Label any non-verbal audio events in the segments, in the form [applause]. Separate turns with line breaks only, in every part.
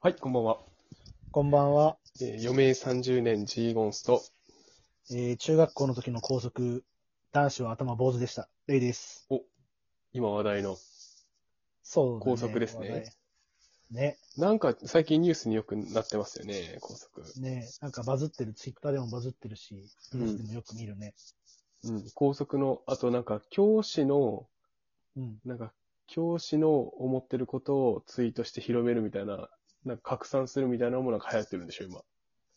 はい、こんばんは。
こんばんは。
えー余命30年 G ゴンスと、
えー中学校の時の校則、男子は頭坊主でした。レイです。
今話題の。
そう、ね。
校則ですね
話題。ね、
なんか最近ニュースによくなってますよね、高速。
ね、なんかバズってる、ツイッターでもバズってるし、
うん
ニュースでもよく見るね。
うん、高速の、あとなんか教師の、
うん。
なんか教師の思ってることをツイートして広めるみたいな、なんか拡散するみたいなのもなんか流行ってるんでしょ、今。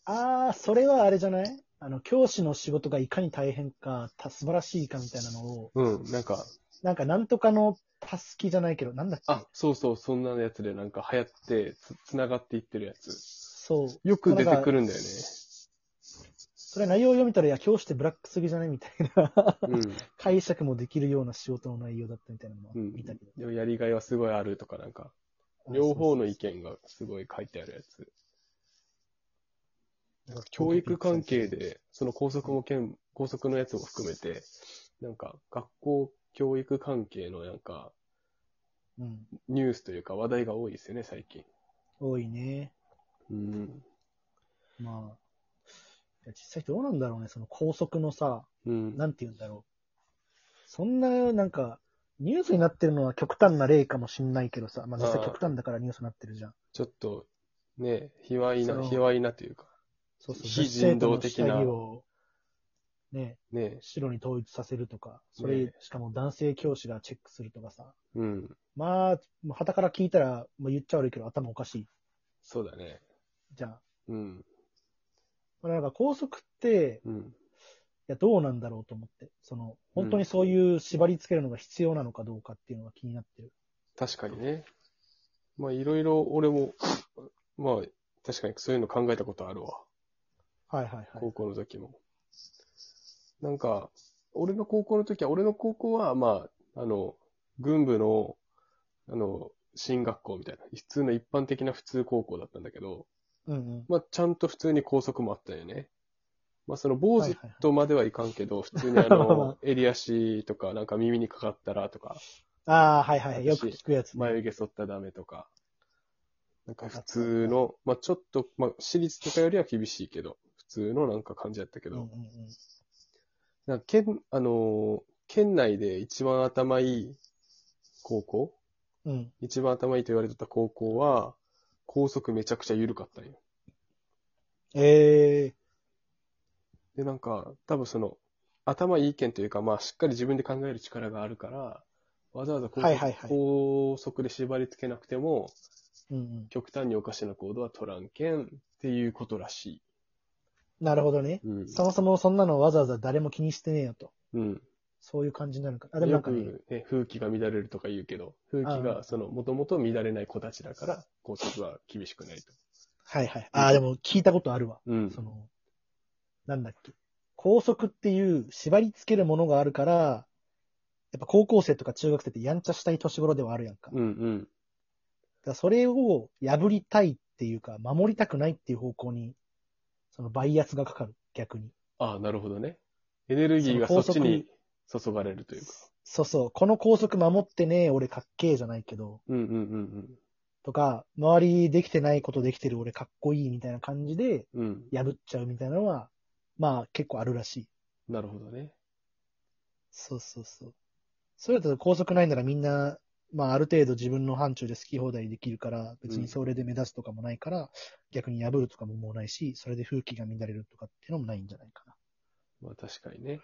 あー、それはあれじゃないあの、教師の仕事がいかに大変か、た素晴らしいかみたいなのを、
うん、なんか、
なんかなんとかのたすきじゃないけど、なんだっけ
あ、そうそう、そんなやつでなんか流行って、つ、つながっていってるやつ。
そう。
よく出てくるんだよね。
それ内容を読みたら、いや、教師ってブラックすぎじゃないみたいな
うん。
解釈もできるような仕事の内容だったみたいなのは
うん
見たけど。
でもやりがいはすごいあるとか、なんか、両方の意見がすごい書いてあるやつ。なんか教育関係で、その校則も兼、校則のやつも含めて、なんか学校教育関係のなんか
うん。
ニュースというか話題が多いですよね、最近。
多いね。
うん。
まあ、いや実際どうなんだろうね、その高速のさ、
うん。
なんて言うんだろう。そんな、なんか、ニュースになってるのは極端な例かもしんないけどさ、まあ実際
ああ
極端だからニュースになってるじゃん。
ちょっと、ね、卑猥
そ
な、
の
卑猥なというか、
そうそう、
非人道的な
女子生徒の下着を、ね、
ね、
白に統一させるとか、そ
ね
れ、しかも男性教師がチェックするとかさ。
うん。
まあ、もう傍から聞いたら、まあ、言っちゃ悪いけど頭おかしい
そうだね。
じゃん。
うん。
まあ、なんか高速って、
うん。
いや、どうなんだろうと思って。その、本当にそういう縛り付けるのが必要なのかどうかっていうのが気になってる。
確かにね。まあいろいろ俺も、まあ確かにそういうの考えたことあるわ。
はいはいはい。
高校の時も。なんか、俺の高校の時は、俺の高校は、まあ、あの、軍部の、あの、進学校みたいな、普通の一般的な普通高校だったんだけど、
うんうん。
まあちゃんと普通に校則もあったよね。まあその坊
はい
主
はいはい
とまではいかんけど、普通にあ
ま
の
[laughs] あ、
襟足とか、なんか耳にかかったらとか、
ああ、はいはいはい。よく聞くやつ、ね。
眉毛剃ったらダメとか、なんか普通の、まあちょっと、まあ私立とかよりは厳しいけど、普通のなんか感じやったけ
うんうんう
ど
ん、。
なんか県、あのー県内で一番頭いい高校
うん。
一番頭いいと言われてた高校は、校則めちゃくちゃ緩かったんよ。
ええ
で、なんか、多分その、頭いい県というか、まあしっかり自分で考える力があるから、わざわざ校則,、
はいはいはい
校則で縛り付けなくても、
うんうん。
極端におかしな行動は取らんけんっていうことらし
なるほどね
い。。うん。
そもそもそんなのわざわざ誰も気にしてねえよと。
うん。
そういう感じになるから。あ、でもな
よ
んかね、
く、ね、風紀が乱れるとか言うけど、風紀
あ
が、
あ
その、もともと乱れない子たちだから、校則は厳しくないと。
はいはい。ああ、でも聞いたことあるわ。
うん。
その、なんだっけ。校則っていう縛り付けるものがあるから、やっぱ高校生とか中学生ってやんちゃしたい年頃ではあるやんか。
うんうん。
だからそれを破りたいっていうか、守りたくないっていう方向に、そのバイアスがかかる、逆に。
ああ、なるほどね。エネルギーが
そ
そ
の
っちに注がれるというか。
そうそう、この校則守ってねえ、俺かっけえじゃないけど、
うんうんうん
とか、周りできてないことできてる俺かっこいいみたいな感じで、
うん。うん。
破っちゃうみたいなのは、まあ結構あるらしい。
なるほどね。
そうそうそう。それだと校則ないならみんな、まあある程度自分の範疇で好き放題できるから、別にそれで目指すとかもないから、逆に破るとかももうないし、それで風紀が乱れるとかっていうのもないんじゃないかな。
まあ確かにね。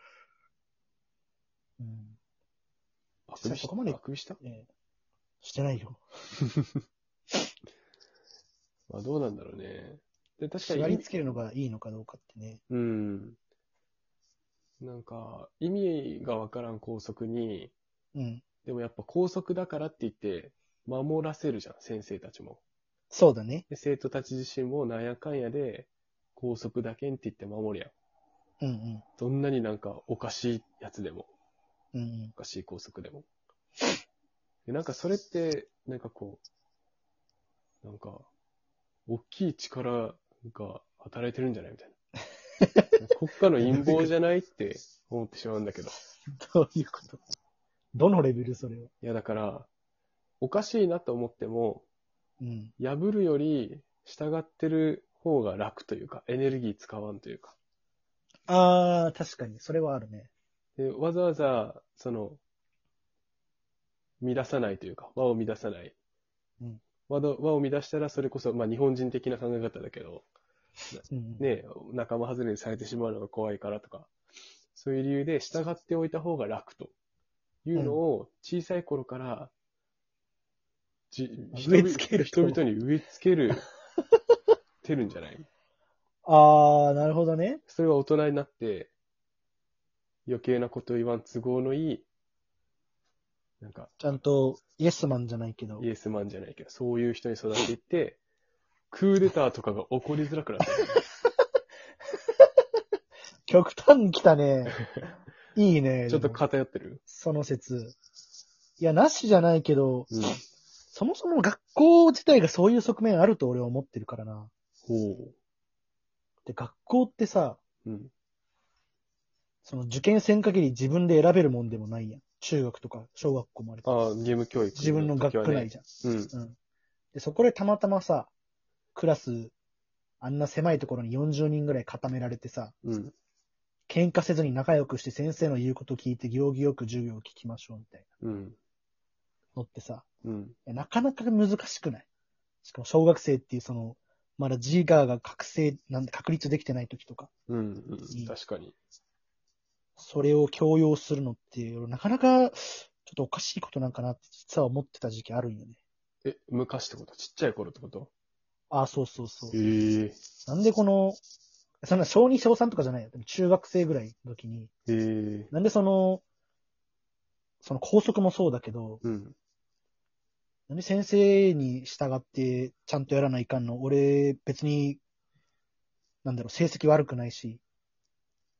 うん
あ
実際そこまで
あくびした
ええしてないよ。
まあどうなんだろうね。で、確かに。
縛り付けるのがいいのかどうかってね。
うん。なんか、意味がわからん校則に、
うん。
でもやっぱ校則だからって言って、守らせるじゃん、先生たちも。
そうだね。
で生徒たち自身もなんやかんやで、校則だけんって言って守りゃん。
うんうん。
どんなになんかおかしいやつでも。
うんうん、
おかしい校則でも。でなんかそれって、なんかこう、なんか、大きい力が働いてるんじゃないみたいな。国家の陰謀じゃないって思ってしまうんだけど。
どういうことどのレベルそれは。
いやだから、おかしいなと思っても、
うん。
破るより従ってる方が楽というか、エネルギー使わんというか。
ああ、確かに、それはあるね。
で、わざわざ、その、乱さないというか、和を乱さない。
うん
和ど和を乱したら、それこそ、まあ日本人的な考え方だけど、
うん。
ね、仲間外れにされてしまうのが怖いからとか、そういう理由で従っておいた方が楽というのを小さい頃から、じ人
植え
々
付ける
人々に植え付ける、てるんじゃない
ああ、なるほどね。
それは大人になって、余計なことを言わん都合のいい、なんか、
ちゃんと、イエスマンじゃないけど
イ。エスマンじゃないけど、そういう人に育っていって、クーデターとかが起こりづらくなってる。
極端に来た [laughs] ね。いいね。
ちょっと
でも
偏ってる。
その説。いや、なしじゃないけど、
うん。
そもそも学校自体がそういう側面あると俺は思ってるからな。
ほ
で、学校ってさ、
う。うん。
その受験せん限り自分で選べるもんでもないやん。中学とか小学校もあるけ
あ
ど
あ、ゲーム教育、
自分の学区内じゃん。
ゃん。うん。
うん。で、そこでたまたまさ、クラス、あんな狭いところに40人ぐらい固められてさ、
うん。
喧嘩せずに仲良くして先生の言うこと聞いて行儀よく授業を聞きましょうみたい
うん。
なのってさ、
うん。
いやなかなか難しくないしかも小学生っていうその、まだ自我が覚醒、なんて確立できてない時とか、
うん。うん確かに。
それを強要するのって、なかなかちょっとおかしいことなんかなって実は思ってた時期あるんよね。
え、昔ってことちっちゃい頃ってこと
ああ、そうそうそう
え。え。
なんでこの、そんな小2小3とかじゃないよ。でも中学生ぐらいの時に、
ええ。
なんでその、その校則もそうだけど、
うん。
なんで先生に従ってちゃんとやらないかんの俺、別に、なんだろう、成績悪くないし、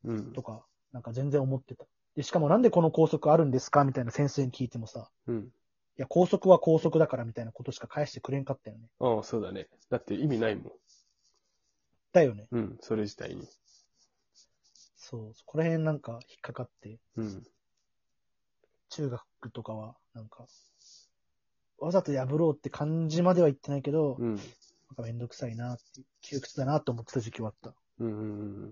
うん
と。か、なんか全然思ってた。で、しかもなんでこの校則あるんですかみたいな先生に聞いてもさ、
うん。
いや、校則は校則だからみたいなことしか返してくれんかったよね。
ああ、そうだね。だって意味ないもん。
だよね。
うん。それ自体に。
そう、そこら辺なんか引っかかって、
うん。
中学とかは、なんか、わざと破ろうって感じまでは言ってないけど、
うん。
なんかめんどくさいなっていう、窮屈だなって思ってた時期はあった。
うんうんうんう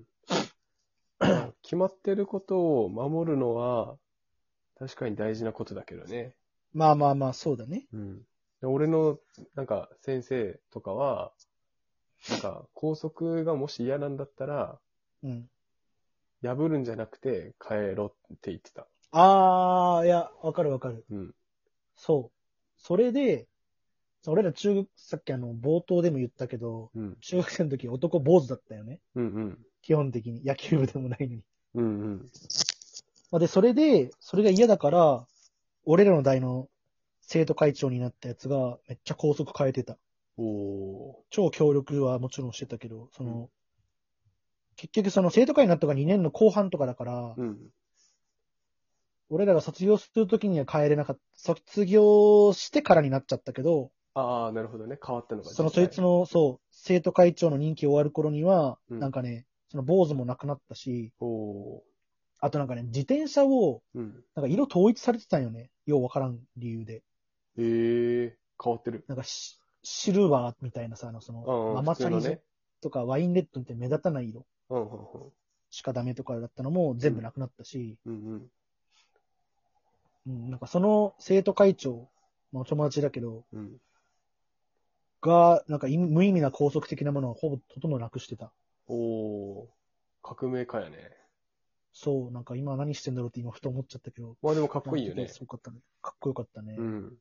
ん。決まってることを守るのは、確かに大事なことだけどね。
まあまあまあ、そうだね。
うん。で俺の、なんか、先生とかは、なんか、校則がもし嫌なんだったら、
うん。
破るんじゃなくて、帰ろって言ってた。
あー、いや、わかるわかる。
うん。
そう。それで、俺ら中学、さっきあの、冒頭でも言ったけど、
うん。
中学生の時男坊主だったよね。
うんうん。
基本的に。野球部でもないのに。
うんうん。
まあ、で、それで、それが嫌だから、俺らの代の生徒会長になったやつが、めっちゃ校則変えてた。
お
超協力はもちろんしてたけど、その、
う
結局その生徒会になったのが2年の後半とかだか
ー。
ら、
うん。
俺らが卒業するときには帰れなかった。卒業してからになっちゃったけど、
ああ、なるほどね。変わったのが。
そのそいつ。の、そう、生徒会長の任期終わる頃には、
うん
なんかね、その坊主もなくなったし、
おー。
あとなんかね、自転車を、
うん。
なんか色統一されてたんよね。ようわからん理由で。
ええ変わってる。
なんかシ、シルバーみたいなさ、あの、そ
うんう
の、
ん。
ママチャ
普通の
リ
ね。
とかワインレッドみたいな目立たない色
うんうん
しかダメとかだったのも全部なくなったし、
うん。うんうん。
うん、なんかその生徒会長、まあお友達だけど、
うん。
が、なんかい無意味な拘束的なものはほぼ、ほとんどなくしてた。
おー。革命家やね。
そう、なんか今何してんだろうって今ふと思っちゃったけど。か
まあでもかっこいいよね。
すごかったね。かっこよかったね。
うん。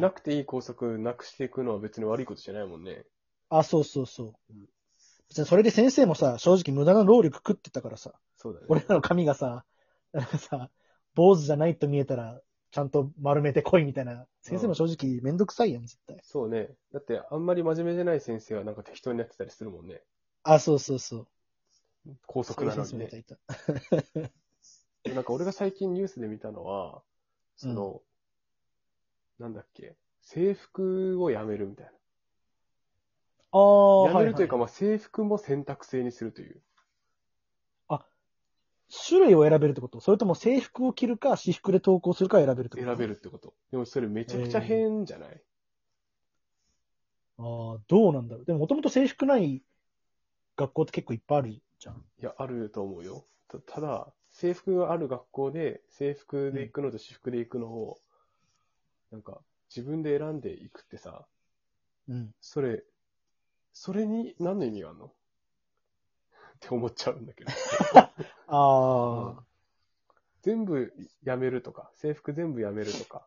なくていい校則なくしていくのは別に悪いことじゃないもんね。
あ、そうそうそう
うん。
別にそれで先生もさ、正直無駄な労力食ってたからさ、
そうだね。
俺らの髪がさ、なんかさ、坊主じゃないと見えたら、ちゃんと丸めてこいみたいな。先生も正直めんどくさいやん、絶対。
そうね。だってあんまり真面目じゃない先生はなんか適当になってたりするもんね。
あ、そうそうそう。
校
そ
則
ういう
な
先
の
生
にね
もいた。いた。
なんか俺が最近ニュースで見たのは、その、なんだっけ、制服をやめるみたい
ああ、
な。やめるというか、
はは
まあ制服も選択制にするという。
種類を選べるってことそれとも制服を着るか、私服で投稿するか選べるってこと
選べ
る。
るってこと。でもそれめちゃくちゃ変じゃない、
ああ、どうなんだろう。でも、もともと制服ない学校って結構いっぱいあるじゃん。
いや、あると思うよ。たただ、制服がある学校で、制服で行くのと私服で行くのを、なんか、自分で選んでいくってさ、
うん。
それ、それに何の意味があるの [laughs] って思っちゃうんだけど。
ああ、
全部やめるとか、制服全部やめるとか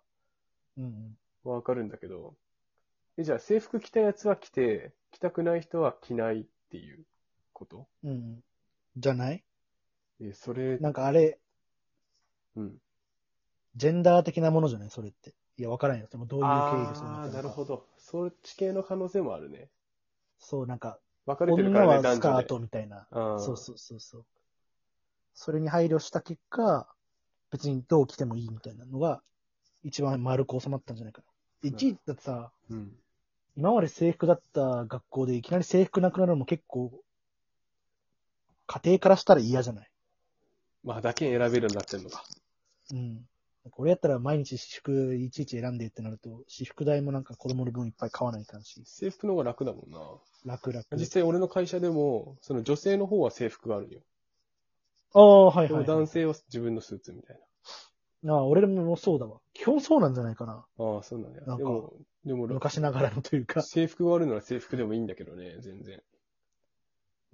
うんうん。
はわかるんだけど、え、じゃあ制服着たやつは着て、着たくない人は着ないっていうこと
うんうん。じゃない
え、それ、
なんかあれ、
うん。
ジェンダー的なものじゃないそれって。いや、わからんよ。でもどういう経緯でそうな
ああー、
ったのか
なるほど。そっち系の可能性もあるね。
そう、なんか、
分かれてるか
女
らね、
はスカー
男
トみたいな。
女で。
そうそうそうそう。それに配慮した結果、別にどう来てもいいみたいなのが、一番丸く収まったんじゃないかな。一位だってさ、
うん。うん。
今まで制服だった学校でいきなり制服なくなるのも結構、家庭からしたら嫌じゃない
まあ、だけ選べるようになってるのか。
うん。なんか俺やったら毎日私服いちいち選んでってなると、私服代もなんか子供の分いっぱい買わないかんし、
制服の方が楽だもんな。
楽々。
実際俺の会社でも、その女性の方は制服があるよ。
ああ、はい
で
は
も
い、は
男
い。
性は自分のスーツみたい
ああ、俺もそうだわ。基本そうなんじゃないかな。
な。ああ、そうなんだ
なんか
よ。でも、でも俺、
昔ながらのというか。 [laughs]
制服があるなら制服でもいいんだけどね、全然。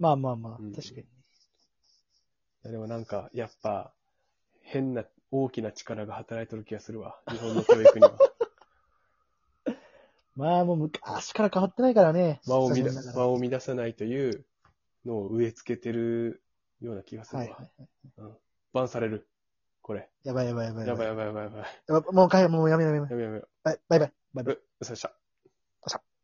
まあまあまあ、
うん
確かに。
いやでもなんか、やっぱ、変な、大きな力が働いてる気がするわ。日本の教育には。
まあもう昔から変わってないからね。
間を乱
残念ながら
間を乱さないというのを植え付けてるような気がする
は
わ。
いはいはい。
バンされる。これ。
やばいやばいやばい。
やばい
い。
やばいやばいやばい。
やばもう帰もうやめやめやめ。
やばいやばい。
バイバイ。バイバイ。
うっ、そうでした。